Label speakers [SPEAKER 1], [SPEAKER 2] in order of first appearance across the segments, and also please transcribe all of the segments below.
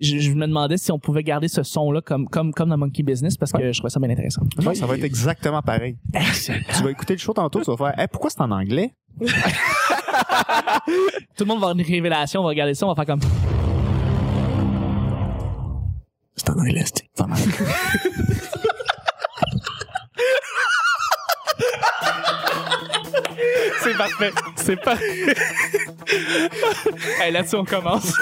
[SPEAKER 1] je, je me demandais si on pouvait garder ce son-là comme, comme, comme dans Monkey Business parce que je trouvais ça bien intéressant.
[SPEAKER 2] Ouais, ça va être exactement pareil. Tu vas écouter le show tantôt, tu vas faire, hey, pourquoi c'est en anglais?
[SPEAKER 1] Tout le monde va avoir une révélation, on va regarder ça, on va faire comme.
[SPEAKER 3] C'est en anglais, c'est-
[SPEAKER 2] C'est en anglais.
[SPEAKER 1] C'est parfait. C'est pas. hey, là-dessus, on commence.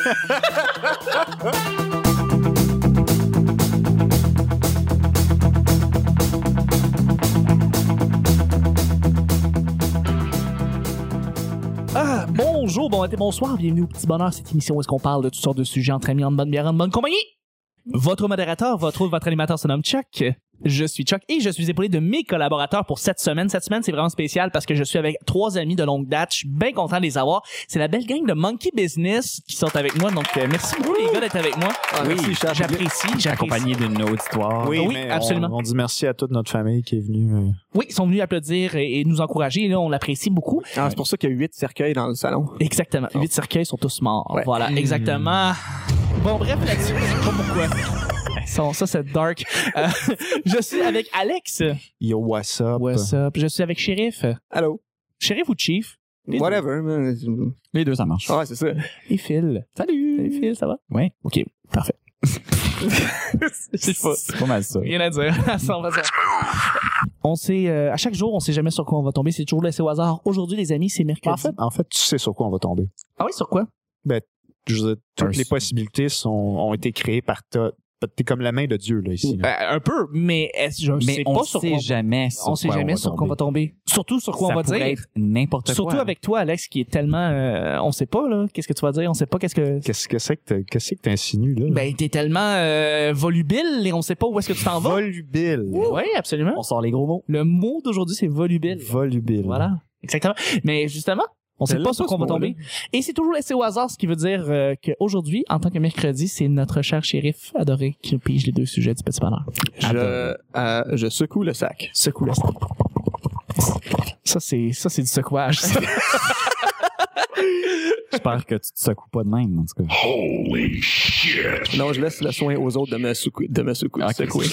[SPEAKER 1] Ah, Bonjour, bon matin, bonsoir, bienvenue au Petit Bonheur, cette émission où est-ce qu'on parle de toutes sortes de sujets entre amis, en bonne bière, en bonne compagnie. Votre modérateur, votre autre, votre animateur se nomme Chuck. Je suis Chuck et je suis épaulé de mes collaborateurs pour cette semaine. Cette semaine, c'est vraiment spécial parce que je suis avec trois amis de longue date. Je suis bien content de les avoir. C'est la belle gang de Monkey Business qui sont avec moi. Donc, euh, merci beaucoup les gars d'être avec moi.
[SPEAKER 2] Oui,
[SPEAKER 1] Ah, Merci, Chuck. j'apprécie. j'apprécie.
[SPEAKER 3] Ah, accompagné d'une autre histoire.
[SPEAKER 1] Oui,
[SPEAKER 2] Ah, mais
[SPEAKER 1] absolument.
[SPEAKER 2] On, on dit merci à toute notre famille qui est venue. euh,
[SPEAKER 1] Oui, ils sont venus applaudir et, et nous encourager. Et là, on l'apprécie beaucoup.
[SPEAKER 3] Ah, c'est pour ça qu'il y a huit cercueils dans le salon.
[SPEAKER 1] Exactement. Huit cercueils sont tous morts.
[SPEAKER 3] Ouais.
[SPEAKER 1] Voilà, exactement. Bon, bref, là-dessus, je sais pas pourquoi. Ça, ça c'est dark. Euh, je suis avec Alex.
[SPEAKER 2] Yo, what's up?
[SPEAKER 1] What's up? Je suis avec Sheriff.
[SPEAKER 3] Allô?
[SPEAKER 1] Sheriff ou Chief? Les deux.
[SPEAKER 3] Whatever, man.
[SPEAKER 4] Les deux, ça marche.
[SPEAKER 3] Ouais, c'est ça.
[SPEAKER 1] Et Phil. Salut! Salut Phil, ça va?
[SPEAKER 4] Ouais.
[SPEAKER 1] Ok, parfait. C'est pas.
[SPEAKER 4] C'est pas mal ça.
[SPEAKER 1] Rien à dire. Ça, on va dire. On sait, euh, à chaque jour, on sait jamais sur quoi on va tomber. C'est toujours laissé au hasard. Aujourd'hui, les amis, c'est mercredi.
[SPEAKER 2] En fait, en fait, tu sais sur quoi on va tomber.
[SPEAKER 1] Ah oui, sur quoi?
[SPEAKER 2] Je veux dire, toutes
[SPEAKER 4] Un-
[SPEAKER 2] les possibilités sont, ont été créées par toi. T'es comme la main de Dieu, là, ici. là.
[SPEAKER 1] Euh, un peu, mais est-ce- je
[SPEAKER 4] Mais
[SPEAKER 1] sais
[SPEAKER 4] on
[SPEAKER 1] pas sur
[SPEAKER 4] sait
[SPEAKER 1] quoi.
[SPEAKER 4] jamais sur
[SPEAKER 1] on sait
[SPEAKER 4] quoi
[SPEAKER 1] jamais
[SPEAKER 4] va
[SPEAKER 1] sur quoi on
[SPEAKER 4] tomber.
[SPEAKER 1] va tomber. Surtout sur quoi
[SPEAKER 4] ça
[SPEAKER 1] on va
[SPEAKER 4] pourrait
[SPEAKER 1] dire.
[SPEAKER 4] être n'importe quoi.
[SPEAKER 1] Surtout avec toi, Alex, qui est tellement, euh, on sait pas là, qu'est-ce que tu vas dire, on sait pas qu'est-ce que.
[SPEAKER 2] Qu'est-ce que c'est que t'as- qu'est-ce que t'insinues, là?
[SPEAKER 1] Ben t'es tellement euh, volubile et on sait pas où est-ce que tu t'en vas.
[SPEAKER 2] Volubile.
[SPEAKER 1] Oui, absolument.
[SPEAKER 2] On sort les gros mots.
[SPEAKER 1] Le mot d'aujourd'hui, c'est volubile.
[SPEAKER 2] Volubile.
[SPEAKER 1] Voilà, exactement. Mais justement, on sait
[SPEAKER 3] Elle
[SPEAKER 1] pas
[SPEAKER 3] a
[SPEAKER 1] sur
[SPEAKER 3] pas
[SPEAKER 1] quoi on
[SPEAKER 3] ce
[SPEAKER 1] va tomber. Et c'est toujours laissé au hasard, ce qui veut dire euh, qu'aujourd'hui, en tant que mercredi, c'est notre cher shérif adoré qui nous pige les deux sujets du petit bonheur.
[SPEAKER 3] Je, euh, je secoue le sac.
[SPEAKER 1] Secoue le sac. Ça, c'est, ça, c'est du secouage. ça.
[SPEAKER 4] J'espère que tu te secoues pas de même, en tout cas.
[SPEAKER 3] Non, je laisse le soin aux autres de me secouer. De me secouer.
[SPEAKER 4] Ok.
[SPEAKER 3] secouer.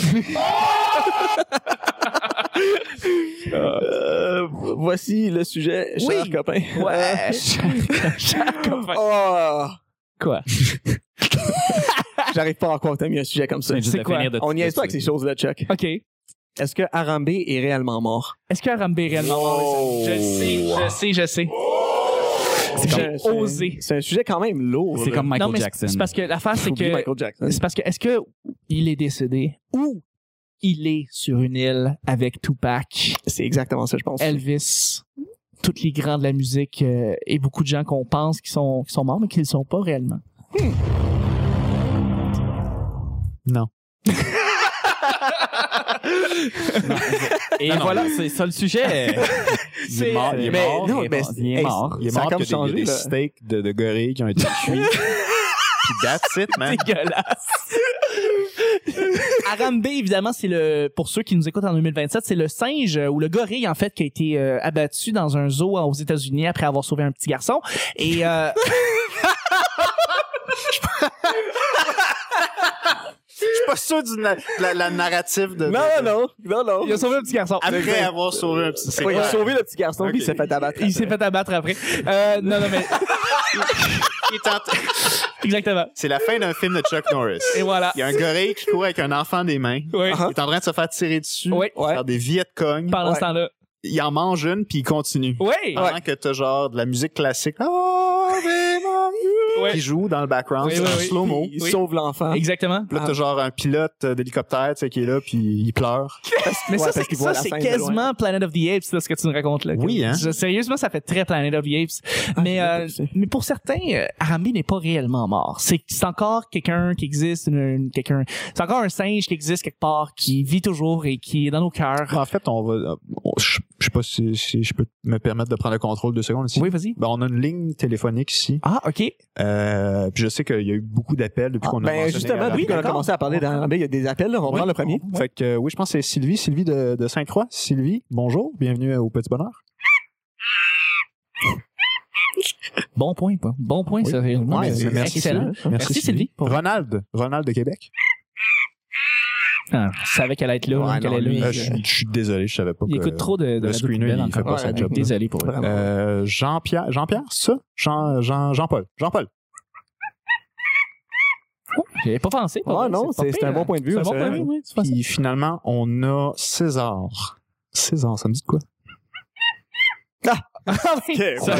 [SPEAKER 3] Euh, voici le sujet, cher
[SPEAKER 1] Oui.
[SPEAKER 3] copain.
[SPEAKER 1] ouais. Cher copain.
[SPEAKER 3] Oh,
[SPEAKER 1] Quoi?
[SPEAKER 3] J'arrive pas encore à terminer un sujet comme ça.
[SPEAKER 4] C'est juste
[SPEAKER 1] c'est
[SPEAKER 4] de
[SPEAKER 1] quoi?
[SPEAKER 4] finir de-
[SPEAKER 3] On n'y
[SPEAKER 4] de-
[SPEAKER 3] est pas avec ces choses-là, Chuck.
[SPEAKER 1] OK. Est-ce
[SPEAKER 3] Est-ce que Harambe est réellement mort?
[SPEAKER 1] que Harambe est réellement mort? Je le sais, je le sais, je sais. J'ai
[SPEAKER 3] C'est comme- c'est un-
[SPEAKER 1] osé.
[SPEAKER 3] C'est un sujet quand même lourd.
[SPEAKER 4] C'est
[SPEAKER 3] là.
[SPEAKER 4] comme Michael
[SPEAKER 1] non, mais c'est-
[SPEAKER 4] Jackson.
[SPEAKER 1] c'est parce que l'affaire, c'est
[SPEAKER 3] Oublie
[SPEAKER 1] que
[SPEAKER 3] Michael Jackson.
[SPEAKER 1] C'est parce que est-ce que il est décédé ou il est sur une île avec Tupac,
[SPEAKER 3] C'est exactement ça, je pense.
[SPEAKER 1] Elvis, tous les grands de la musique euh, et beaucoup de gens qu'on pense qui sont, qui sont morts mais qui ne le sont pas réellement.
[SPEAKER 2] Non.
[SPEAKER 4] Et voilà, c'est ça le sujet. il
[SPEAKER 1] C'est-
[SPEAKER 4] est mort, il est
[SPEAKER 3] mais
[SPEAKER 4] mort.
[SPEAKER 3] non,
[SPEAKER 4] il est
[SPEAKER 3] mais
[SPEAKER 4] mort, il est
[SPEAKER 3] hey,
[SPEAKER 4] mort.
[SPEAKER 2] Il est
[SPEAKER 3] Ça a
[SPEAKER 2] mort
[SPEAKER 3] comme
[SPEAKER 2] que des-
[SPEAKER 3] changé,
[SPEAKER 2] il y a des
[SPEAKER 3] là.
[SPEAKER 2] steaks de, de gorille qui ont été cuits. Puis that's it, man.
[SPEAKER 1] Dégueulasse. Harambe, évidemment, c'est le pour ceux qui nous écoutent en 2027, c'est le singe euh, ou le gorille en fait qui a été euh, abattu dans un zoo euh, aux États-Unis après avoir sauvé un petit garçon et euh,
[SPEAKER 2] Je suis pas sûr du na- de la, la narrative de.
[SPEAKER 3] Non,
[SPEAKER 2] de-
[SPEAKER 3] non, non, non.
[SPEAKER 1] il a sauvé un petit garçon.
[SPEAKER 2] Oh. Après avoir sauvé un petit. C'est
[SPEAKER 3] Ouais, il a
[SPEAKER 2] clair.
[SPEAKER 3] sauvé le petit garçon, puis il
[SPEAKER 2] Ok.
[SPEAKER 3] s'est fait abattre.
[SPEAKER 1] Il s'est fait abattre après. Euh, non non mais
[SPEAKER 2] Il est en-
[SPEAKER 1] exactement.
[SPEAKER 2] C'est la fin d'un film de Chuck Norris.
[SPEAKER 1] Et voilà.
[SPEAKER 2] Il y a un gorille qui court avec un enfant des mains.
[SPEAKER 1] Oui.
[SPEAKER 2] Il est en train de se faire tirer dessus
[SPEAKER 1] Oui.
[SPEAKER 3] Ouais.
[SPEAKER 2] par des Viet Cong.
[SPEAKER 1] Pendant
[SPEAKER 3] Ouais.
[SPEAKER 1] ce temps-là.
[SPEAKER 2] Il en mange une puis il continue.
[SPEAKER 1] Oui.
[SPEAKER 2] Pendant que t'as genre de la musique classique Ah, vraiment,
[SPEAKER 1] Ouais.
[SPEAKER 2] qui joue hein? dans le background
[SPEAKER 1] Oui, oui,
[SPEAKER 2] en
[SPEAKER 1] oui.
[SPEAKER 2] slow-mo.
[SPEAKER 3] Il
[SPEAKER 1] Oui.
[SPEAKER 3] sauve l'enfant.
[SPEAKER 1] Exactement.
[SPEAKER 2] Puis Là, t'as genre un pilote euh, d'hélicoptère tu sais, qui est là puis il pleure.
[SPEAKER 1] Mais
[SPEAKER 3] Ouais,
[SPEAKER 1] ça,
[SPEAKER 3] parce
[SPEAKER 1] c'est,
[SPEAKER 3] qu'il voit
[SPEAKER 1] ça,
[SPEAKER 3] la
[SPEAKER 1] c'est
[SPEAKER 3] scène de loin.
[SPEAKER 1] quasiment Planet of the Apes, là, ce que tu nous racontes, là.
[SPEAKER 2] Oui, hein?
[SPEAKER 1] Je- sérieusement, ça fait très Planet of the
[SPEAKER 3] Ah,
[SPEAKER 1] Apes. mais,
[SPEAKER 3] j'ai
[SPEAKER 1] euh,
[SPEAKER 3] vu ça.
[SPEAKER 1] mais pour certains, euh, Harambe n'est pas réellement mort. C'est, c'est encore quelqu'un qui existe, une- une- quelqu'un, c'est encore un singe qui existe quelque part, qui vit toujours et qui est dans nos cœurs.
[SPEAKER 2] En fait, on va. on- Je je sais pas si, si je peux me permettre de prendre le contrôle deux secondes ici.
[SPEAKER 1] Oui, vas-y.
[SPEAKER 2] Ben, on a une ligne téléphonique ici.
[SPEAKER 1] Ah, ok.
[SPEAKER 2] Euh, puis je sais qu'il y a eu beaucoup d'appels depuis qu'on a
[SPEAKER 3] Ben,
[SPEAKER 2] mentionné
[SPEAKER 3] justement,
[SPEAKER 2] Harambe.
[SPEAKER 3] depuis qu'on a
[SPEAKER 1] d'accord.
[SPEAKER 3] commencé à parler d'Harambe, il y a des appels, là. On va
[SPEAKER 2] Oui.
[SPEAKER 3] prendre le premier.
[SPEAKER 2] Fait que euh, oui, je pense que c'est Sylvie, Sylvie de, de Sainte-Croix. euh, Sylvie, bonjour, bienvenue au Petit Bonheur.
[SPEAKER 1] Bon point, pas. Bon point,
[SPEAKER 2] Oui.
[SPEAKER 1] ça. Ouais,
[SPEAKER 2] mais
[SPEAKER 1] c'est
[SPEAKER 2] merci,
[SPEAKER 1] excellent. Merci, Sylvie. pour-
[SPEAKER 2] Ronald. Ronald de Québec.
[SPEAKER 1] Ah, je savais qu'elle allait être là, hein,
[SPEAKER 2] Ouais,
[SPEAKER 1] qu'elle
[SPEAKER 2] non,
[SPEAKER 1] est là.
[SPEAKER 2] lui,
[SPEAKER 1] Il-
[SPEAKER 2] je suis- je suis désolé, je savais pas.
[SPEAKER 1] Il
[SPEAKER 2] que-
[SPEAKER 1] écoute trop de, de
[SPEAKER 2] le
[SPEAKER 1] radio
[SPEAKER 2] screener,
[SPEAKER 1] poubelle
[SPEAKER 2] il
[SPEAKER 1] encore.
[SPEAKER 2] fait pas sa
[SPEAKER 1] Ouais,
[SPEAKER 2] job.
[SPEAKER 1] Désolé pour vrai.
[SPEAKER 2] Euh, Jean-Pierre, Jean-Pierre, ça? Jean, Jean, Jean-Paul. Jean-Paul.
[SPEAKER 1] J'avais pas pensé. pour vrai,
[SPEAKER 3] Ah non,
[SPEAKER 1] pas
[SPEAKER 3] c'est c'est
[SPEAKER 1] pire,
[SPEAKER 3] un
[SPEAKER 1] hein.
[SPEAKER 3] bon point de vue.
[SPEAKER 1] C'est un bon
[SPEAKER 3] c'est
[SPEAKER 1] point de
[SPEAKER 3] vrai.
[SPEAKER 1] vue, oui. c'est pas ça.
[SPEAKER 2] Puis finalement, on a César. César, ça me dit de quoi?
[SPEAKER 1] Ça, c'est- ça,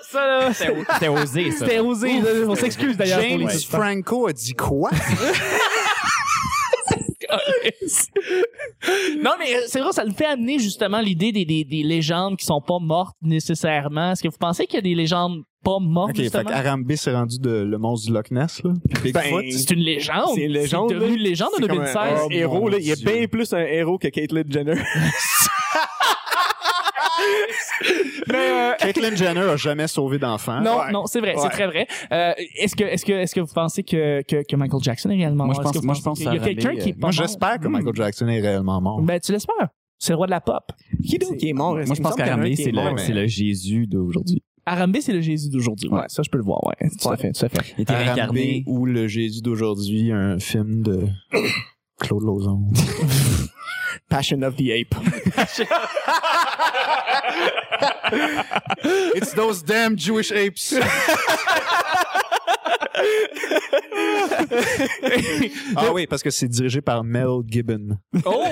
[SPEAKER 1] ça, là, c'est-
[SPEAKER 4] C'était osé, ça.
[SPEAKER 1] C'était osé. là. On s'excuse d'ailleurs. pour
[SPEAKER 2] James
[SPEAKER 1] les-
[SPEAKER 2] Franco a dit quoi?
[SPEAKER 1] non, mais euh, c'est vrai, ça nous fait amener justement l'idée des, des, des légendes qui sont pas mortes nécessairement. Est-ce que vous pensez qu'il y a des légendes pas mortes,
[SPEAKER 2] ok, fait
[SPEAKER 1] justement?
[SPEAKER 3] ah,
[SPEAKER 2] qu'Arambe s'est rendu de le monstre du Loch Ness, là.
[SPEAKER 4] Ben,
[SPEAKER 2] Bigfoot.
[SPEAKER 1] C'est une légende.
[SPEAKER 3] C'est une légende,
[SPEAKER 1] C'est devenu
[SPEAKER 3] là.
[SPEAKER 1] une légende en
[SPEAKER 3] C'est comme
[SPEAKER 1] 2016.
[SPEAKER 3] un- un
[SPEAKER 2] Oh, mon
[SPEAKER 3] héros, là. Il est
[SPEAKER 2] Dieu.
[SPEAKER 3] bien plus un héros que Caitlyn Jenner.
[SPEAKER 4] euh,
[SPEAKER 2] Caitlyn Jenner a jamais sauvé d'enfant.
[SPEAKER 1] Non,
[SPEAKER 3] Ouais.
[SPEAKER 1] non, c'est vrai, c'est
[SPEAKER 3] Ouais.
[SPEAKER 1] très vrai. Euh, est-ce que, est-ce que, est-ce que vous pensez que, que, que Michael Jackson est réellement
[SPEAKER 4] Moi,
[SPEAKER 1] mort?
[SPEAKER 4] je
[SPEAKER 1] Est-ce
[SPEAKER 4] pense-
[SPEAKER 1] que vous
[SPEAKER 4] moi, je
[SPEAKER 1] pensez-
[SPEAKER 4] pense
[SPEAKER 1] Il y a
[SPEAKER 4] à
[SPEAKER 1] quelqu'un
[SPEAKER 4] Ramé,
[SPEAKER 1] qui est
[SPEAKER 4] euh,
[SPEAKER 1] pas
[SPEAKER 2] Moi,
[SPEAKER 1] mort?
[SPEAKER 2] j'espère que Michael Jackson est réellement mort.
[SPEAKER 1] Ben, tu l'espères. C'est le roi de la pop.
[SPEAKER 3] Qui d'autre qui est mort?
[SPEAKER 4] Moi, je pense qu'Aramé, c'est le,
[SPEAKER 2] mais-
[SPEAKER 4] c'est le Jésus d'aujourd'hui.
[SPEAKER 1] Arambé, c'est le Jésus d'aujourd'hui. Ouais. ça, je peux le voir, ouais. Tout à fait, tout à fait.
[SPEAKER 4] Il était réincarné.
[SPEAKER 2] ou le Jésus d'aujourd'hui, un film de Claude Lauzon.
[SPEAKER 3] Passion of the Ape.
[SPEAKER 2] It's those damn Jewish apes. ah oui, parce que c'est dirigé par Mel Gibbon.
[SPEAKER 1] Oh!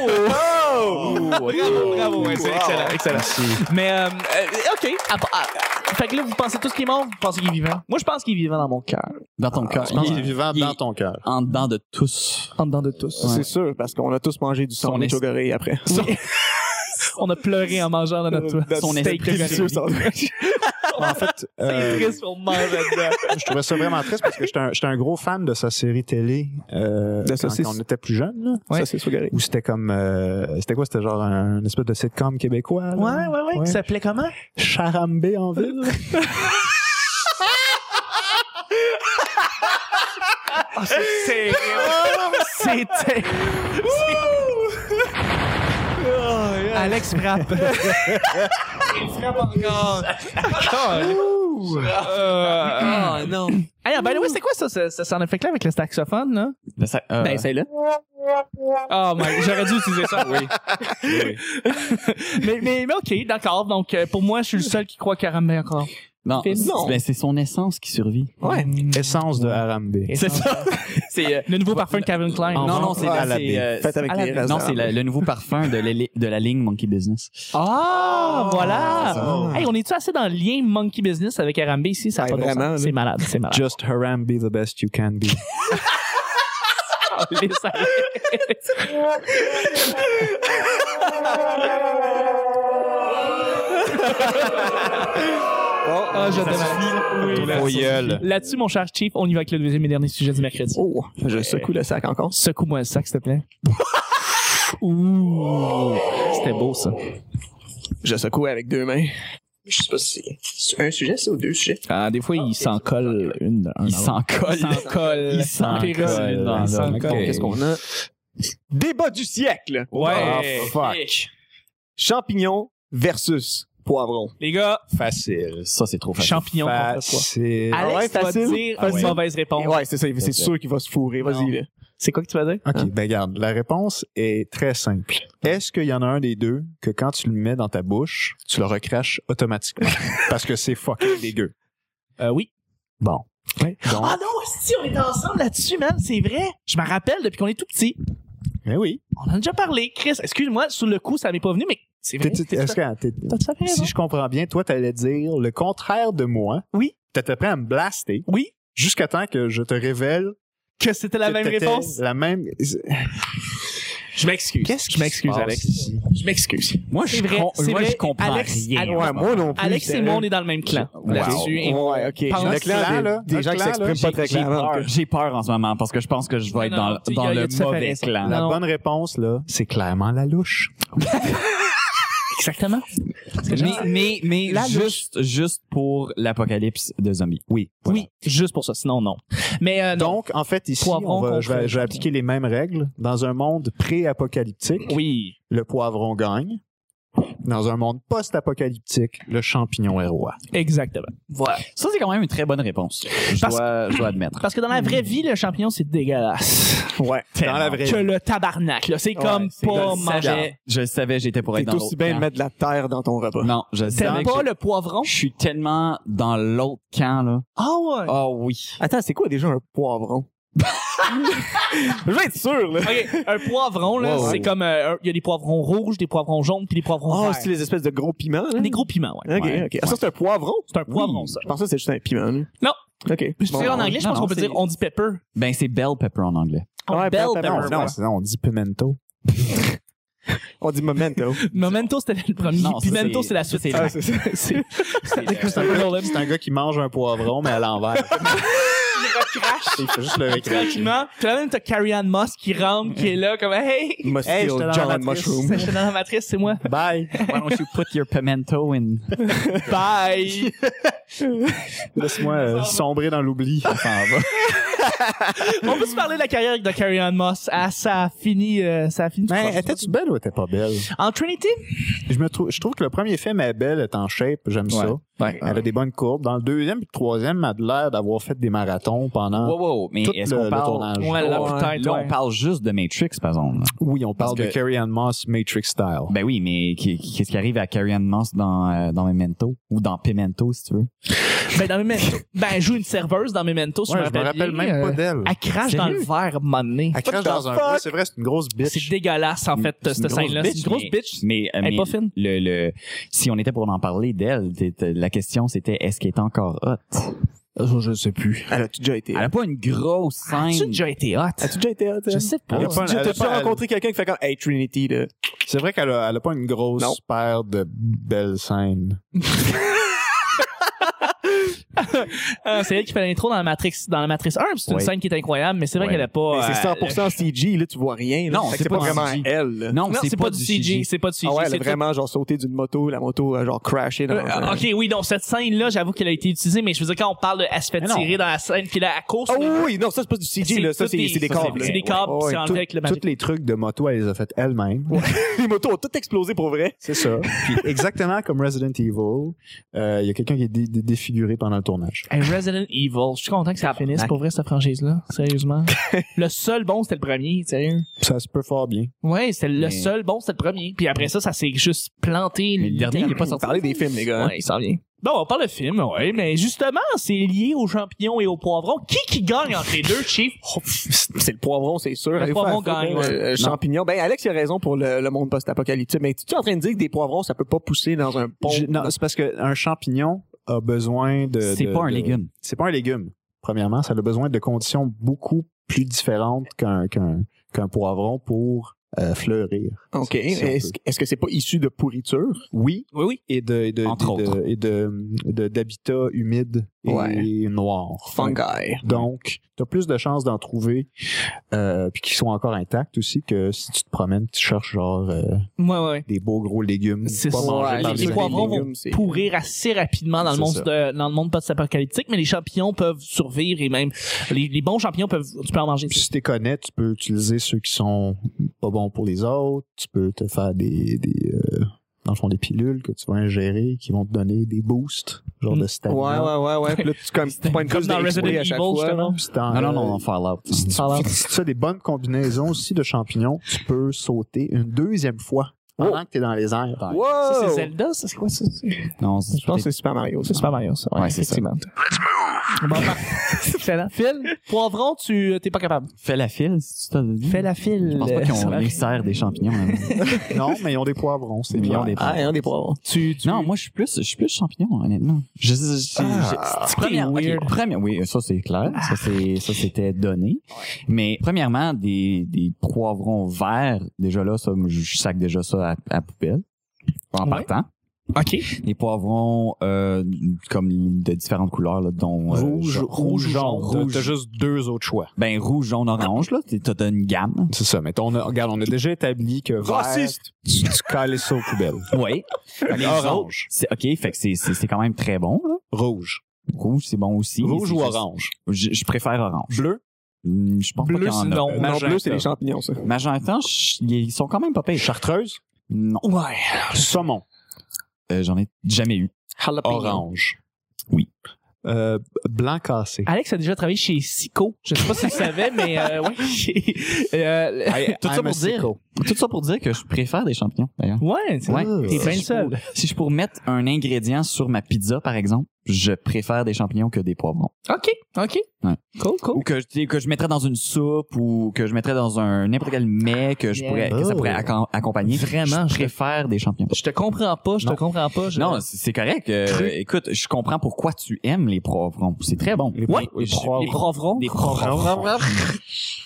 [SPEAKER 1] bravo, bravo, ouais, c'est excellent, excellent. Mais, euh, euh, OK. À- à- fait que là, vous pensez tout ce qui est mort, vous pensez qu'il est vivant? Moi, je pense qu'il est vivant dans mon cœur.
[SPEAKER 4] Dans ton cœur.
[SPEAKER 2] Je pense
[SPEAKER 4] Il
[SPEAKER 2] qu'il est
[SPEAKER 4] est
[SPEAKER 2] vivant dans ton cœur.
[SPEAKER 4] en dedans de tous.
[SPEAKER 1] En dedans de tous.
[SPEAKER 3] C'est sûr, parce qu'on a tous mangé du sang
[SPEAKER 4] Son
[SPEAKER 3] de
[SPEAKER 4] es-
[SPEAKER 3] Chocoré après.
[SPEAKER 1] On a pleuré en mangeant dans notre toit.
[SPEAKER 3] Notre
[SPEAKER 4] Son
[SPEAKER 3] steak
[SPEAKER 4] esprit
[SPEAKER 3] délicieux sandwich.
[SPEAKER 2] En fait,
[SPEAKER 1] C'est
[SPEAKER 2] euh,
[SPEAKER 1] triste, on mange dedans.
[SPEAKER 2] je trouvais ça vraiment triste parce que j'étais un, j'étais un gros fan de sa série télé euh,
[SPEAKER 3] De
[SPEAKER 2] quand,
[SPEAKER 3] saucisse.
[SPEAKER 2] quand on était plus jeune. Là.
[SPEAKER 1] Ouais.
[SPEAKER 3] Ça, c'est Chocoré.
[SPEAKER 2] Où c'était comme... euh, c'était quoi? C'était genre un, une espèce de sitcom québécois. là.
[SPEAKER 1] Ouais, ouais, ouais.
[SPEAKER 2] Ouais.
[SPEAKER 1] Qui s'appelait comment?
[SPEAKER 2] Charambé en ville.
[SPEAKER 1] Ah, C'est C'était. Alex frappe. frappe encore. Euh,
[SPEAKER 3] Ah,
[SPEAKER 4] Oh non.
[SPEAKER 1] Hey, ben oui, c'est quoi ça, ça, ça, en effet là avec le saxophone, là?
[SPEAKER 4] Ben, c'est là.
[SPEAKER 1] Oh my, j'aurais dû utiliser ça. oui. mais, mais, mais ok, d'accord. Donc, euh, pour moi, je suis le seul qui croit qu'Arambe encore.
[SPEAKER 4] Non,
[SPEAKER 1] Fais- non.
[SPEAKER 4] ben, c'est son essence qui survit.
[SPEAKER 1] Ouais.
[SPEAKER 2] Essence de Harambé.
[SPEAKER 4] C'est ça. c'est, euh,
[SPEAKER 1] Le nouveau parfum de Calvin Klein.
[SPEAKER 2] En
[SPEAKER 4] non, non,
[SPEAKER 2] vente
[SPEAKER 4] c'est,
[SPEAKER 2] à la
[SPEAKER 4] c'est,
[SPEAKER 2] baie.
[SPEAKER 4] euh,
[SPEAKER 3] Fait avec
[SPEAKER 1] à la-
[SPEAKER 3] les restes
[SPEAKER 4] non,
[SPEAKER 3] de
[SPEAKER 4] c'est
[SPEAKER 3] la-
[SPEAKER 4] le, le nouveau parfum de, la- de la ligne Monkey Business.
[SPEAKER 1] Ah,
[SPEAKER 2] ça
[SPEAKER 1] voilà.
[SPEAKER 2] va.
[SPEAKER 1] Hey, on est-tu assez dans le lien monkey business avec Arambe ici? Ça a
[SPEAKER 3] Ouais,
[SPEAKER 1] pas de bon sens.
[SPEAKER 3] vraiment, là.
[SPEAKER 1] C'est malade, c'est malade.
[SPEAKER 2] Just Harambe the best you can be.
[SPEAKER 1] Les salades. Ah, je t'aime. Oui, là- Là-dessus, mon cher Chief, on y va avec le deuxième et dernier sujet du mercredi.
[SPEAKER 3] Oh, je secoue le sac encore.
[SPEAKER 1] Secoue-moi le sac, s'il te plaît. Ouh, c'était beau ça.
[SPEAKER 3] Je secoue avec deux mains. Je sais pas si c'est un sujet, c'est ou deux sujets.
[SPEAKER 1] Ah, des fois, il s'en colle une.
[SPEAKER 4] Il s'en colle.
[SPEAKER 1] colle.
[SPEAKER 4] Il s'en
[SPEAKER 1] T'es
[SPEAKER 4] colle.
[SPEAKER 1] reçu.
[SPEAKER 4] dans
[SPEAKER 1] Il s'en
[SPEAKER 4] le-
[SPEAKER 1] colle.
[SPEAKER 4] Ok.
[SPEAKER 3] Qu'est-ce qu'on a? Débat du siècle!
[SPEAKER 1] Ouais.
[SPEAKER 2] Oh, fuck.
[SPEAKER 3] Champignons versus poivrons.
[SPEAKER 1] Les gars,
[SPEAKER 2] Facile.
[SPEAKER 4] Ça, c'est trop facile.
[SPEAKER 1] champignons contre quoi?
[SPEAKER 2] Facile.
[SPEAKER 3] Ah ouais,
[SPEAKER 1] Alex, tu vas
[SPEAKER 3] facile.
[SPEAKER 1] dire
[SPEAKER 4] Ah
[SPEAKER 1] une
[SPEAKER 4] ouais.
[SPEAKER 1] mauvaise réponse.
[SPEAKER 3] Et ouais, c'est ça, il- c'est
[SPEAKER 4] Parfait.
[SPEAKER 3] sûr qu'il va se fourrer,
[SPEAKER 1] Non.
[SPEAKER 3] vas-y. là.
[SPEAKER 1] C'est quoi que tu vas dire?
[SPEAKER 2] OK, ben garde, la réponse est très simple. Est-ce qu'il y en a un des deux que quand tu le mets dans ta bouche, tu le recraches automatiquement parce que c'est fucking dégueu.
[SPEAKER 1] Euh, oui.
[SPEAKER 2] Bon. Donc,
[SPEAKER 1] Ah non, si on était ensemble là-dessus, man, c'est vrai. Je m'en rappelle depuis qu'on est tout petit.
[SPEAKER 2] mais oui.
[SPEAKER 1] On en a déjà parlé, Chris. Excuse-moi, sur le coup, ça m'est pas venu, mais c'est vrai.
[SPEAKER 2] T'es- t'es-
[SPEAKER 1] T'as
[SPEAKER 2] est-ce que- t'es-
[SPEAKER 1] t'as tout à fait raison.
[SPEAKER 2] si je comprends bien, toi t'allais dire le contraire de moi.
[SPEAKER 1] Oui.
[SPEAKER 2] T'étais prêt à me blaster
[SPEAKER 1] Oui,
[SPEAKER 2] jusqu'à temps que je te révèle
[SPEAKER 1] que c'était la
[SPEAKER 2] que
[SPEAKER 1] même
[SPEAKER 2] t'étais
[SPEAKER 1] réponse.
[SPEAKER 2] La même.
[SPEAKER 1] Je m'excuse.
[SPEAKER 2] Qu'est-ce qui
[SPEAKER 1] Je m'excuse,
[SPEAKER 2] se passe
[SPEAKER 1] Alex.
[SPEAKER 2] ici?
[SPEAKER 1] Je m'excuse.
[SPEAKER 4] Moi, je,
[SPEAKER 1] C'est vrai,
[SPEAKER 4] com-
[SPEAKER 1] c'est
[SPEAKER 4] moi,
[SPEAKER 1] vrai.
[SPEAKER 4] je comprends
[SPEAKER 1] Alex-
[SPEAKER 4] rien.
[SPEAKER 1] Alex-
[SPEAKER 3] Ouais, moi non plus.
[SPEAKER 1] Alex
[SPEAKER 3] c'est
[SPEAKER 1] et moi, on
[SPEAKER 3] vrai.
[SPEAKER 1] est dans le même clan.
[SPEAKER 4] Wow.
[SPEAKER 1] Là-dessus. et on-
[SPEAKER 3] Ouais, ok.
[SPEAKER 1] pense-
[SPEAKER 3] Le
[SPEAKER 2] Notre clan,
[SPEAKER 3] clan,
[SPEAKER 2] là,
[SPEAKER 3] là, des
[SPEAKER 2] notre
[SPEAKER 3] gens qui
[SPEAKER 2] clan, là,
[SPEAKER 3] s'expriment pas très
[SPEAKER 4] J'ai
[SPEAKER 3] clairement.
[SPEAKER 4] peur, j'ai peur en ce moment parce que je pense que je vais être
[SPEAKER 1] Non,
[SPEAKER 4] dans,
[SPEAKER 1] non, tu-
[SPEAKER 4] dans
[SPEAKER 1] y a- y a
[SPEAKER 4] le
[SPEAKER 1] de ça,
[SPEAKER 4] mauvais
[SPEAKER 1] Vanessa.
[SPEAKER 4] clan.
[SPEAKER 2] La
[SPEAKER 1] Ah Non.
[SPEAKER 2] bonne réponse là, c'est clairement la louche.
[SPEAKER 1] Exactement.
[SPEAKER 4] Mais, mais, mais
[SPEAKER 1] La
[SPEAKER 4] juste, juste pour l'apocalypse de zombies. Oui. voilà.
[SPEAKER 1] Oui, juste pour ça. Sinon, non. Mais euh, non.
[SPEAKER 2] Donc, en fait, ici,
[SPEAKER 1] Poivron
[SPEAKER 2] on va-
[SPEAKER 1] contre-
[SPEAKER 2] je, vais, je vais appliquer les mêmes règles. Dans un monde pré-apocalyptique,
[SPEAKER 1] oui.
[SPEAKER 2] le poivron gagne. Dans un monde post-apocalyptique, le champignon est roi.
[SPEAKER 1] Exactement.
[SPEAKER 4] Voilà. Ça, c'est quand même une très bonne réponse. Je,
[SPEAKER 1] Parce-
[SPEAKER 4] dois, je dois admettre.
[SPEAKER 1] Parce que dans la vraie vie, le champignon, c'est dégueulasse.
[SPEAKER 2] Ouais. Dans la vraie
[SPEAKER 1] Que le tabarnak, là. C'est comme
[SPEAKER 4] Je
[SPEAKER 1] pas
[SPEAKER 4] le
[SPEAKER 1] manger.
[SPEAKER 4] savais, je le savais, j'étais pour être
[SPEAKER 3] T'es
[SPEAKER 4] dans
[SPEAKER 3] aussi
[SPEAKER 4] l'autre
[SPEAKER 3] bien de
[SPEAKER 4] camp.
[SPEAKER 3] mettre de la terre dans ton repas.
[SPEAKER 4] Non, je savais
[SPEAKER 1] T'aimes
[SPEAKER 4] que
[SPEAKER 1] pas
[SPEAKER 4] j'ai-
[SPEAKER 1] le poivron?
[SPEAKER 4] je suis tellement dans l'autre camp, là.
[SPEAKER 1] Ah ouais.
[SPEAKER 4] Oh oui.
[SPEAKER 3] Attends, c'est quoi déjà un poivron? je vais être sûr, là.
[SPEAKER 1] Ok, un poivron, là,
[SPEAKER 4] Wow.
[SPEAKER 1] c'est comme. euh, un- Il y a des poivrons rouges, des poivrons jaunes, puis des poivrons
[SPEAKER 3] Oh,
[SPEAKER 1] verts.
[SPEAKER 3] c'est les espèces de gros piments, là?
[SPEAKER 1] Des gros piments, ouais.
[SPEAKER 3] Ok,
[SPEAKER 4] Ouais.
[SPEAKER 3] ok. Ah, ça, c'est un poivron?
[SPEAKER 1] C'est un poivron, ça.
[SPEAKER 3] Je pensais que c'était juste un piment, là.
[SPEAKER 1] Non.
[SPEAKER 3] Ok.
[SPEAKER 1] Je sais, en anglais, je
[SPEAKER 4] non,
[SPEAKER 1] pense qu'on peut
[SPEAKER 4] c'est-
[SPEAKER 1] dire on dit pepper.
[SPEAKER 4] Ben, c'est bell pepper en anglais.
[SPEAKER 1] On
[SPEAKER 3] Ouais,
[SPEAKER 1] bell pepper.
[SPEAKER 3] pepper,
[SPEAKER 2] Non,
[SPEAKER 3] Ouais.
[SPEAKER 2] non, sinon on dit pimento.
[SPEAKER 3] On dit memento.
[SPEAKER 1] Memento, c'était le premier.
[SPEAKER 4] Non, ça,
[SPEAKER 1] Pimento,
[SPEAKER 4] c'est-
[SPEAKER 1] c'est la
[SPEAKER 4] ça,
[SPEAKER 1] suite.
[SPEAKER 4] c'est-
[SPEAKER 1] Ah,
[SPEAKER 3] c'est ça.
[SPEAKER 1] C'est
[SPEAKER 2] C'est un, hein? gars- c'est un gars qui mange un poivron, mais à l'envers. Il fait juste le recracher.
[SPEAKER 1] tranquillement. Puis là, même, t'as Carrie Ann Moss qui rentre, qui est là, comme Hey!
[SPEAKER 3] Must
[SPEAKER 2] Hey, j'étais dans
[SPEAKER 3] feel
[SPEAKER 2] la
[SPEAKER 3] John
[SPEAKER 2] matrice.
[SPEAKER 3] Mushroom.
[SPEAKER 1] Je suis dans la matrice, c'est moi.
[SPEAKER 2] Bye.
[SPEAKER 4] Why don't you put your pimento in?
[SPEAKER 1] Bye!
[SPEAKER 2] Laisse-moi euh, sombrer dans l'oubli.
[SPEAKER 1] On peut se parler de la carrière de Carrie Ann Moss. Ah, ça a fini, euh, ça a fini. tout
[SPEAKER 2] Mais
[SPEAKER 1] croche.
[SPEAKER 2] étais-tu belle ou était pas belle?
[SPEAKER 1] En Trinity?
[SPEAKER 2] Je, me trou- je trouve que le premier film, elle est belle, elle est en shape, j'aime ça.
[SPEAKER 4] Ouais. Ouais.
[SPEAKER 2] Elle a des bonnes courbes. Dans le deuxième et le troisième, elle a l'air d'avoir fait des marathons pendant...
[SPEAKER 4] Wow, wow, mais
[SPEAKER 2] Hein? Tout
[SPEAKER 4] est-ce
[SPEAKER 2] le-
[SPEAKER 4] qu'on
[SPEAKER 2] le
[SPEAKER 4] parle...
[SPEAKER 2] tournage.
[SPEAKER 1] Ouais, là,
[SPEAKER 4] Oh,
[SPEAKER 1] peut-être,
[SPEAKER 4] là,
[SPEAKER 1] ouais.
[SPEAKER 4] on parle juste de Matrix, par exemple.
[SPEAKER 2] Oui, on parle
[SPEAKER 4] Parce
[SPEAKER 2] de
[SPEAKER 4] que-
[SPEAKER 2] Carrie Ann Moss, Matrix Style.
[SPEAKER 4] Ben oui, mais qui- qui- qu'est-ce qui arrive à Carrie Ann Moss dans, euh, dans Memento? Ou dans Pimento, si tu veux.
[SPEAKER 1] Ben, dans Memento. ben, elle joue une serveuse dans Memento, si
[SPEAKER 2] Ouais,
[SPEAKER 1] je me rappelle, bien.
[SPEAKER 2] même pas
[SPEAKER 1] Euh,
[SPEAKER 2] d'elle.
[SPEAKER 1] Elle crache dans le
[SPEAKER 4] Sérieux?
[SPEAKER 1] verre, à un moment donné.
[SPEAKER 2] Elle crache dans un
[SPEAKER 3] fuck?
[SPEAKER 2] pot. C'est vrai, c'est une grosse
[SPEAKER 1] C'est
[SPEAKER 2] bitch.
[SPEAKER 1] dégueulasse, en fait, cette scène-là. C'est une grosse
[SPEAKER 4] mais-
[SPEAKER 1] bitch.
[SPEAKER 4] Mais, euh,
[SPEAKER 1] Elle est
[SPEAKER 4] mais
[SPEAKER 1] pas fine.
[SPEAKER 4] Le, le, si on était pour en parler d'elle, t'es- t'es- la question c'était est-ce qu'elle est encore hot?
[SPEAKER 2] Je ne sais plus.
[SPEAKER 3] Elle a-tu déjà été?
[SPEAKER 4] Elle a pas une grosse
[SPEAKER 1] As-tu
[SPEAKER 4] scène.
[SPEAKER 1] déjà été hot?
[SPEAKER 3] As-tu déjà été?
[SPEAKER 1] Je sais pas.
[SPEAKER 2] Elle a pas-
[SPEAKER 3] Tu
[SPEAKER 2] elle a
[SPEAKER 3] as
[SPEAKER 2] pas-
[SPEAKER 3] déjà rencontré quelqu'un qui fait comme Hey Trinity là.
[SPEAKER 2] C'est vrai qu'elle a, elle a pas une grosse
[SPEAKER 3] Non.
[SPEAKER 2] paire de belles scènes.
[SPEAKER 1] Ah, c'est elle qui fait l'intro dans la Matrix, dans la Matrix 1. C'est une
[SPEAKER 4] Ouais.
[SPEAKER 1] scène qui est incroyable, mais c'est vrai
[SPEAKER 4] Ouais.
[SPEAKER 1] qu'elle a pas.
[SPEAKER 3] Mais c'est
[SPEAKER 1] euh,
[SPEAKER 3] 100% CG là, tu vois rien. là.
[SPEAKER 4] Non,
[SPEAKER 3] Fait que
[SPEAKER 4] c'est
[SPEAKER 3] c'est
[SPEAKER 4] pas
[SPEAKER 3] pas,
[SPEAKER 4] du
[SPEAKER 3] vraiment
[SPEAKER 4] CG.
[SPEAKER 3] elle. là.
[SPEAKER 4] Non,
[SPEAKER 1] Non, c'est pas, du CG, c'est pas du CG.
[SPEAKER 3] ah ouais, elle a
[SPEAKER 1] c'est
[SPEAKER 3] vraiment genre sauté d'une moto, la moto a genre crashé dans
[SPEAKER 1] tout- Euh,
[SPEAKER 3] un-
[SPEAKER 1] ok, oui, donc cette scène-là, j'avoue qu'elle a été utilisée, mais je veux dire, quand on parle de elle se fait
[SPEAKER 4] Mais non.
[SPEAKER 1] tirer dans la scène, puis là, à cause.
[SPEAKER 3] Ah oui, oui, non, ça c'est pas du CG là, ça c'est c'est des câbles. là.
[SPEAKER 1] C'est des câbles,
[SPEAKER 3] Ouais,
[SPEAKER 1] Ah, c'est
[SPEAKER 3] ouais,
[SPEAKER 1] enlevé
[SPEAKER 3] tout-
[SPEAKER 1] avec le
[SPEAKER 2] Oh, Tous
[SPEAKER 1] magic.
[SPEAKER 2] les trucs de moto, elle les a fait elle-même.
[SPEAKER 3] Les motos ont toutes explosé pour vrai.
[SPEAKER 2] C'est ça. Puis exactement comme Resident Evil, euh, il y a quelqu'un qui est dé- dé- défiguré pendant le tournage.
[SPEAKER 1] Hey, Resident Evil, je suis content que ça finisse pour vrai cette franchise-là, sérieusement. le seul bon, c'était le premier, sérieux.
[SPEAKER 2] Ça se peut fort bien.
[SPEAKER 1] Ouais, c'était le
[SPEAKER 4] Mais-
[SPEAKER 1] seul bon, c'était le premier. Puis après ça, ça s'est juste planté.
[SPEAKER 4] Mais le dernier, il est pas
[SPEAKER 3] On
[SPEAKER 4] sorti.
[SPEAKER 3] parlait des films les gars. hein.
[SPEAKER 1] Ouais, il s'en vient. Bon, on parle de film, ouais, mais justement, c'est lié aux champignons et aux poivrons. Qui qui gagne entre les deux, Chief?
[SPEAKER 3] C'est le poivron, c'est sûr.
[SPEAKER 1] Le
[SPEAKER 3] Allez,
[SPEAKER 1] poivron
[SPEAKER 3] faire-
[SPEAKER 1] gagne,
[SPEAKER 3] euh,
[SPEAKER 1] ouais.
[SPEAKER 3] euh, Champignon. Ben Alex il a raison pour le, le monde post-apocalyptique, mais tu es en train de dire que des poivrons ça peut pas pousser dans un pont.
[SPEAKER 2] Je- non, c'est parce qu'un champignon a besoin de.
[SPEAKER 4] C'est
[SPEAKER 2] euh, de-
[SPEAKER 4] pas un
[SPEAKER 2] de-
[SPEAKER 4] légume.
[SPEAKER 2] C'est pas un légume. Premièrement, ça a besoin de conditions beaucoup plus différentes qu'un qu'un qu'un poivron pour euh, fleurir.
[SPEAKER 3] OK.
[SPEAKER 2] Si- si on
[SPEAKER 3] Est-ce
[SPEAKER 2] peut.
[SPEAKER 3] est-ce que c'est pas issu de pourriture
[SPEAKER 2] Oui,
[SPEAKER 1] Oui, oui.
[SPEAKER 2] et de et de
[SPEAKER 4] Entre
[SPEAKER 2] et de- et de- de- d'habitats humides et
[SPEAKER 3] Ouais.
[SPEAKER 2] noirs.
[SPEAKER 3] fungi?
[SPEAKER 2] Donc, t'as plus de chances d'en trouver, euh, puis qui sont encore intacts aussi, que si tu te promènes, tu cherches genre euh,
[SPEAKER 1] Ouais, ouais. ouais.
[SPEAKER 2] des beaux gros légumes.
[SPEAKER 1] C'est
[SPEAKER 2] pas
[SPEAKER 1] ça,
[SPEAKER 2] mangés
[SPEAKER 1] ouais,
[SPEAKER 2] par
[SPEAKER 1] les
[SPEAKER 2] les
[SPEAKER 1] poivrons
[SPEAKER 2] animaux.
[SPEAKER 1] vont pourrir assez rapidement dans le
[SPEAKER 2] C'est
[SPEAKER 1] monde
[SPEAKER 2] ça.
[SPEAKER 1] de- dans le monde post-apocalyptique, mais les champignons peuvent survivre et même les, les bons champignons peuvent tu peux en manger.
[SPEAKER 2] Puis si tu connais, tu peux utiliser ceux qui sont pas bons pour les autres. Tu peux te faire des, des euh, dans le fond, des pilules que tu vas ingérer qui vont te donner des boosts, genre de
[SPEAKER 3] Ouais,
[SPEAKER 2] stamina.
[SPEAKER 3] ouais, ouais, ouais. Puis là, tu, comme, tu prends une
[SPEAKER 1] Comme
[SPEAKER 3] couche
[SPEAKER 1] dans
[SPEAKER 3] de
[SPEAKER 1] Resident
[SPEAKER 3] XP à
[SPEAKER 1] Evil,
[SPEAKER 3] chaque fois. là.
[SPEAKER 1] justement.
[SPEAKER 2] Puis si t'en-
[SPEAKER 4] Non, non, non, non, Fallout.
[SPEAKER 2] Si tu,
[SPEAKER 1] Fallout.
[SPEAKER 2] si tu fais des bonnes combinaisons aussi de champignons, tu peux sauter une deuxième fois pendant que t'es dans les airs.
[SPEAKER 4] Wow.
[SPEAKER 1] Ça, c'est
[SPEAKER 3] Wow!
[SPEAKER 1] Zelda, ça, c'est quoi ça? C'est-
[SPEAKER 4] Non,
[SPEAKER 3] Je pense que c'est Super Mario. ça.
[SPEAKER 1] C'est Super Mario, ça.
[SPEAKER 4] Ouais, c'est ça.
[SPEAKER 1] effectivement. Bon, par- Excellent. Phil, poivron, tu euh, t'es pas capable.
[SPEAKER 4] Fais la file, si tu t'as dit.
[SPEAKER 1] Fais la file.
[SPEAKER 4] Je pense pas
[SPEAKER 1] euh,
[SPEAKER 4] qu'on
[SPEAKER 1] sur la-
[SPEAKER 4] les sert des champignons. là.
[SPEAKER 2] Non, mais ils ont des poivrons, c'est
[SPEAKER 4] Ils
[SPEAKER 2] bien.
[SPEAKER 4] ont des-
[SPEAKER 3] Ah, hein, des poivrons.
[SPEAKER 1] Tu, tu...
[SPEAKER 4] Non, moi, je suis plus, je suis plus champignon, honnêtement. Je, je, je-
[SPEAKER 3] Ah,
[SPEAKER 4] je- première- ok,
[SPEAKER 1] weird.
[SPEAKER 4] première- oui, ça, c'est clair. Ça, c'est, ça, c'était donné. Mais, premièrement, des, des poivrons verts, déjà là, ça, je sac déjà ça à, à poubelle. En
[SPEAKER 1] Ouais.
[SPEAKER 4] partant.
[SPEAKER 1] Ok.
[SPEAKER 4] Les poivrons, euh, comme de différentes couleurs, là, dont, euh,
[SPEAKER 2] Rouge,
[SPEAKER 4] ja-
[SPEAKER 2] rouge, jaune. T'as-
[SPEAKER 4] rouge.
[SPEAKER 2] T'as juste deux autres choix.
[SPEAKER 4] Ben, rouge, jaune, orange, là. T'as- T'as une gamme.
[SPEAKER 2] C'est ça, mais on a, regarde, on a déjà établi que vert,
[SPEAKER 3] Raciste!
[SPEAKER 2] tu, tu cales ça aux poubelles.
[SPEAKER 4] Oui. Les
[SPEAKER 2] orange.
[SPEAKER 4] C'est, ok, fait que c'est, c'est, c'est quand même très bon, là.
[SPEAKER 2] Rouge.
[SPEAKER 4] Rouge, c'est bon aussi.
[SPEAKER 2] Rouge
[SPEAKER 4] C'est
[SPEAKER 2] ou
[SPEAKER 4] juste-
[SPEAKER 2] orange?
[SPEAKER 4] Je, je préfère orange.
[SPEAKER 2] Bleu?
[SPEAKER 4] Hmm, Je pense
[SPEAKER 1] Bleu,
[SPEAKER 4] pas qu'il y en a.
[SPEAKER 1] sinon.
[SPEAKER 2] Euh,
[SPEAKER 3] Non,
[SPEAKER 2] magenta.
[SPEAKER 3] bleu, c'est des champignons, ça.
[SPEAKER 4] Magenta, je- ils sont quand même pas pires.
[SPEAKER 2] Chartreuse?
[SPEAKER 4] Non.
[SPEAKER 1] Ouais.
[SPEAKER 2] Saumon.
[SPEAKER 4] Euh, J'en ai jamais eu.
[SPEAKER 3] Jalapeno.
[SPEAKER 2] Orange.
[SPEAKER 4] Oui.
[SPEAKER 2] Euh, blanc cassé.
[SPEAKER 1] Alex a déjà travaillé chez Sico. Je sais pas si tu savais, mais euh, ouais. Euh,
[SPEAKER 2] I-
[SPEAKER 4] Tout ça
[SPEAKER 2] I'm a
[SPEAKER 4] pour dire-
[SPEAKER 2] sicko.
[SPEAKER 4] Tout ça pour dire que je préfère des champignons, d'ailleurs.
[SPEAKER 1] ouais, c'est
[SPEAKER 4] Ouais.
[SPEAKER 1] T'es bien le seul.
[SPEAKER 4] Si je pourrais mettre un ingrédient sur ma pizza, par exemple, je préfère des champignons que des poivrons.
[SPEAKER 1] OK, OK.
[SPEAKER 4] Ouais.
[SPEAKER 1] Cool,
[SPEAKER 4] Ou
[SPEAKER 1] cool.
[SPEAKER 4] que je, tu sais, que je mettrais dans une soupe ou que je mettrais dans un n'importe quel mets que, je
[SPEAKER 1] Yeah.
[SPEAKER 4] pourrais, que ça pourrait accom- accompagner.
[SPEAKER 1] Oh. Vraiment, je te-
[SPEAKER 4] je préfère des champignons.
[SPEAKER 1] Je te comprends pas, je te
[SPEAKER 4] Non.
[SPEAKER 1] comprends pas. je-
[SPEAKER 4] Non, c'est c'est correct. Euh, écoute, je comprends pourquoi tu aimes les poivrons. C'est très bon.
[SPEAKER 2] Les
[SPEAKER 1] Ouais.
[SPEAKER 2] pro- les pro-
[SPEAKER 1] Les poivrons.
[SPEAKER 4] Des poivrons.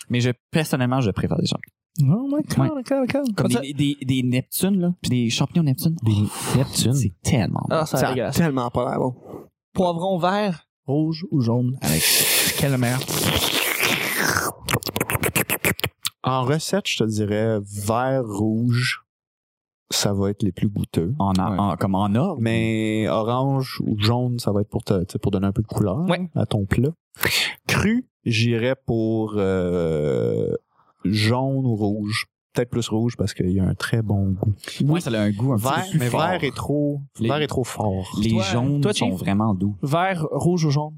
[SPEAKER 4] Mais je, personnellement, je préfère des champignons.
[SPEAKER 1] Oh my God, God, God.
[SPEAKER 4] Comme
[SPEAKER 1] Comme ça-
[SPEAKER 4] des, des, des Neptunes, là. Puis des champignons Neptunes. Des Neptunes. C'est tellement bon.
[SPEAKER 1] Ah, ça,
[SPEAKER 3] Ça
[SPEAKER 1] a
[SPEAKER 3] a
[SPEAKER 1] dégueulasse.
[SPEAKER 3] tellement pas l'air bon.
[SPEAKER 1] Poivron vert, rouge ou jaune. Quel meilleur.
[SPEAKER 2] En recette, je te dirais vert, rouge. Ça va être les plus goûteux.
[SPEAKER 4] En, or-
[SPEAKER 2] Ouais.
[SPEAKER 4] en- comme en or.
[SPEAKER 2] Mais orange ou jaune, ça va être pour, te, tu sais, pour donner un peu de couleur
[SPEAKER 1] Ouais.
[SPEAKER 2] à ton plat. Cru, j'irais pour euh, jaune ou rouge. Peut-être plus rouge parce qu'il y a un très bon goût.
[SPEAKER 4] Ouais, ça a un goût un petit
[SPEAKER 2] Vert,
[SPEAKER 4] peu plus
[SPEAKER 2] mais
[SPEAKER 4] fort.
[SPEAKER 2] vert est trop,
[SPEAKER 4] Les-
[SPEAKER 2] vert est trop fort.
[SPEAKER 4] Les
[SPEAKER 1] Toi-
[SPEAKER 4] jaunes
[SPEAKER 1] toi,
[SPEAKER 4] sont
[SPEAKER 1] Chief?
[SPEAKER 4] vraiment doux.
[SPEAKER 1] Vert, rouge ou jaune.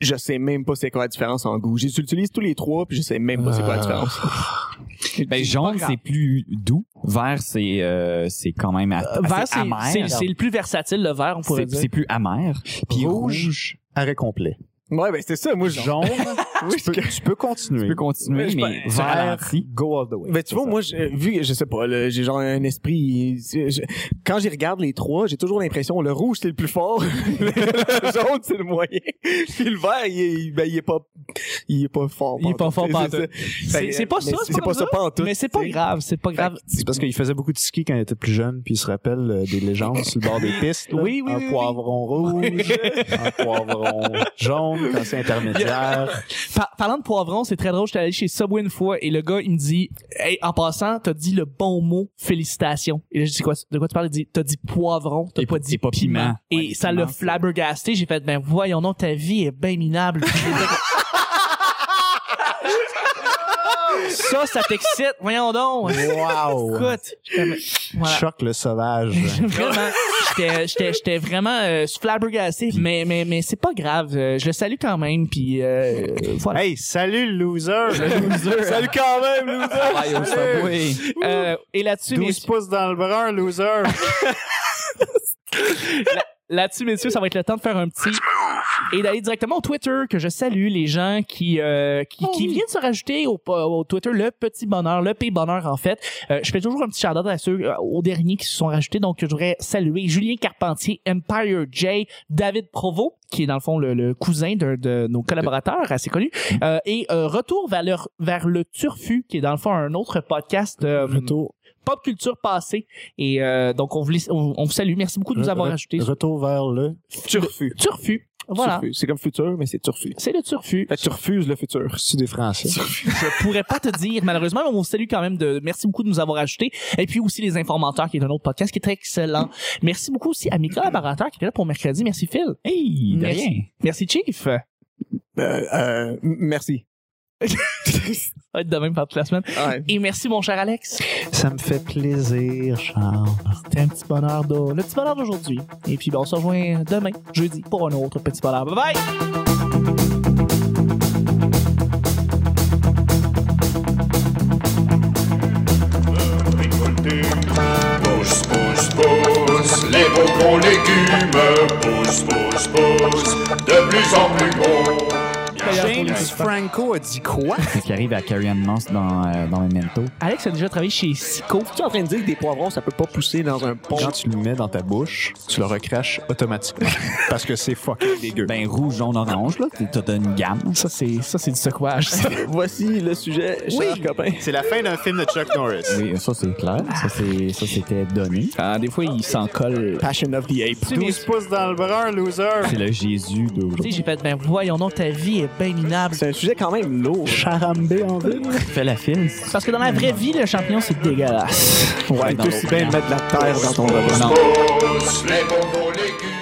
[SPEAKER 3] Je sais même pas c'est quoi la différence en goût. J'utilise tous les trois, puis je sais même pas c'est quoi la
[SPEAKER 1] Ah.
[SPEAKER 3] différence.
[SPEAKER 4] Ben, jaune, c'est plus doux. Vert, c'est euh, c'est quand même a-
[SPEAKER 1] Euh, Vert,
[SPEAKER 4] assez
[SPEAKER 1] c'est-
[SPEAKER 4] amer.
[SPEAKER 1] c'est c'est le plus versatile, le vert, on pourrait
[SPEAKER 4] C'est
[SPEAKER 1] dire.
[SPEAKER 4] c'est plus amer. Puis rouge,
[SPEAKER 2] arrêt complet.
[SPEAKER 3] Ouais, ben c'est ça, moi, je...
[SPEAKER 2] Jaune, tu, peux, tu peux continuer.
[SPEAKER 4] tu peux continuer,
[SPEAKER 3] Oui,
[SPEAKER 4] mais
[SPEAKER 3] je-
[SPEAKER 4] vert,
[SPEAKER 2] go all the way.
[SPEAKER 3] Ben, tu vois,
[SPEAKER 2] C'est ça.
[SPEAKER 3] moi, je- vu que, je sais pas, là, j'ai genre un esprit... je- je- quand j'y regarde les trois, j'ai toujours l'impression le rouge, c'est le plus fort, le jaune, c'est le moyen, puis le vert, il est, ben, il est pas... Il est pas fort.
[SPEAKER 1] Il est pas fort
[SPEAKER 3] C'est-
[SPEAKER 1] pas
[SPEAKER 3] c'est-
[SPEAKER 1] tout.
[SPEAKER 3] Fait
[SPEAKER 1] C'est
[SPEAKER 3] que,
[SPEAKER 1] c'est pas
[SPEAKER 3] mais
[SPEAKER 1] ça, c'est pas,
[SPEAKER 3] pas
[SPEAKER 1] comme
[SPEAKER 3] ça,
[SPEAKER 1] ça.
[SPEAKER 3] pas en tout.
[SPEAKER 1] Mais c'est pas
[SPEAKER 3] tu sais.
[SPEAKER 1] grave, c'est pas grave.
[SPEAKER 2] C'est parce qu'il faisait beaucoup de ski quand il était plus jeune, puis il se rappelle euh, des légendes sur le bord des pistes. là.
[SPEAKER 1] Oui, oui,
[SPEAKER 2] un
[SPEAKER 1] oui, oui.
[SPEAKER 2] poivron rouge, un poivron jaune, quand c'est intermédiaire.
[SPEAKER 1] Par- parlant de poivron, c'est très drôle. J'étais allé chez Subway une fois et le gars, il me dit, hey, en passant, t'as dit le bon mot, félicitations. Et là, je dis quoi, de quoi tu parles? Il dit, t'as dit poivron, t'as
[SPEAKER 4] Et
[SPEAKER 1] pas
[SPEAKER 4] p-
[SPEAKER 1] dit
[SPEAKER 4] et pas piment.
[SPEAKER 1] Et
[SPEAKER 4] Ouais, les
[SPEAKER 1] ça
[SPEAKER 4] piments,
[SPEAKER 1] l'a
[SPEAKER 4] c'est-
[SPEAKER 1] flabbergasté. J'ai fait, ben voyons donc, ta vie est bien minable. Puis j'étais comme- ça, ça t'excite. Voyons donc.
[SPEAKER 2] Wow!
[SPEAKER 1] Écoute, j'étais comme- voilà.
[SPEAKER 2] Choc le sauvage.
[SPEAKER 1] Vraiment, j'étais- j'étais j'étais vraiment euh, flabbergasté, mais mais mais c'est pas grave, euh, je le salue quand même puis euh, voilà.
[SPEAKER 2] hey, salut le loser!
[SPEAKER 1] Salut
[SPEAKER 2] quand même, loser!
[SPEAKER 1] Euh, et là-dessus,
[SPEAKER 2] 12
[SPEAKER 1] messieurs,
[SPEAKER 2] pouces dans le brun, loser!
[SPEAKER 1] là-dessus, messieurs, ça va être le temps de faire un petit et d'aller directement au Twitter que je salue les gens qui euh, qui,
[SPEAKER 2] Oh
[SPEAKER 1] qui viennent se rajouter au, euh, au Twitter le petit bonheur, le p bonheur en fait. Euh, je fais toujours un petit shout à ceux euh, aux derniers qui se sont rajoutés donc je voudrais saluer Julien Carpentier, Empire J, David Provost qui est dans le fond le, le cousin d'un de nos collaborateurs assez connu euh, et euh, retour vers le, vers le Turfu qui est dans le fond un autre podcast euh,
[SPEAKER 2] Retour,
[SPEAKER 1] pop culture passée. Et euh, donc, on vous, laisse- on, on vous salue. Merci beaucoup de nous
[SPEAKER 2] Re-
[SPEAKER 1] avoir
[SPEAKER 2] re-
[SPEAKER 1] ajouté.
[SPEAKER 2] retour vers le.
[SPEAKER 3] Turfu.
[SPEAKER 1] Turfu. Voilà.
[SPEAKER 3] Turfu. C'est comme futur, mais c'est turfu.
[SPEAKER 1] C'est le turfu.
[SPEAKER 3] Fait que tu refuses le futur.
[SPEAKER 2] C'est des Français.
[SPEAKER 1] Je pourrais pas te dire, malheureusement, mais on vous salue quand même. De... Merci beaucoup de nous avoir ajoutés. Et puis aussi Les Informateurs, qui est un autre podcast qui est très excellent. Merci beaucoup aussi à mes collaborateurs qui étaient là pour mercredi. Merci Phil.
[SPEAKER 4] Hey, de
[SPEAKER 1] Merci.
[SPEAKER 4] rien.
[SPEAKER 1] Merci Chief. Ça
[SPEAKER 3] Euh, euh, m- merci.
[SPEAKER 1] va être de même pendant toute la semaine.
[SPEAKER 3] Ouais.
[SPEAKER 1] Et merci mon cher Alex.
[SPEAKER 2] Ça me fait plaisir, Charles.
[SPEAKER 1] Ah, C'était un petit bonheur de... le petit bonheur d'aujourd'hui. Et puis ben, on se rejoint demain, jeudi, pour un autre petit bonheur. Bye bye!
[SPEAKER 5] Pousse, pousse, pousse, les beaux gros légumes Pousse, pousse, pousse, de plus en plus gros
[SPEAKER 2] James Franco a dit quoi?
[SPEAKER 4] C'est ce qui arrive à Carrie Ann Moss dans, euh, dans Memento.
[SPEAKER 1] Alex a déjà travaillé chez Sico.
[SPEAKER 3] Tu es en train de dire que des poivrons, ça peut pas pousser dans un pont.
[SPEAKER 2] Quand tu le mets dans ta bouche, tu le recraches automatiquement. parce que c'est fucking dégueu.
[SPEAKER 4] Ben, rouge, jaune, orange, là. T'as t'as une gamme.
[SPEAKER 1] Ça, c'est, ça, c'est du secouage. ça.
[SPEAKER 3] Voici le sujet,
[SPEAKER 2] Oui.
[SPEAKER 3] cher copain.
[SPEAKER 2] C'est la fin d'un film de Chuck Norris.
[SPEAKER 4] Oui, ça, c'est clair. Ça, c'est- ça, c'était donné.
[SPEAKER 1] Ah, des fois, il s'en colle.
[SPEAKER 3] Passion of the Ape.
[SPEAKER 2] 12 pouces dans le brun, loser!
[SPEAKER 4] C'est le Jésus
[SPEAKER 1] Tu sais,
[SPEAKER 4] d'aujourd'hui.
[SPEAKER 1] j'ai fait, ben voyons donc, ta vie est bien minable.
[SPEAKER 3] C'est un sujet quand même lourd.
[SPEAKER 2] Charambé en ville.
[SPEAKER 4] Fais la file.
[SPEAKER 1] Parce que dans la vraie vie, le champignon, c'est dégueulasse.
[SPEAKER 3] Ouais,
[SPEAKER 4] dans
[SPEAKER 3] tout aussi
[SPEAKER 4] l'eau.
[SPEAKER 3] bien mettre de la terre dans ton repas.
[SPEAKER 5] Pousse, pousse, les beaux gros légumes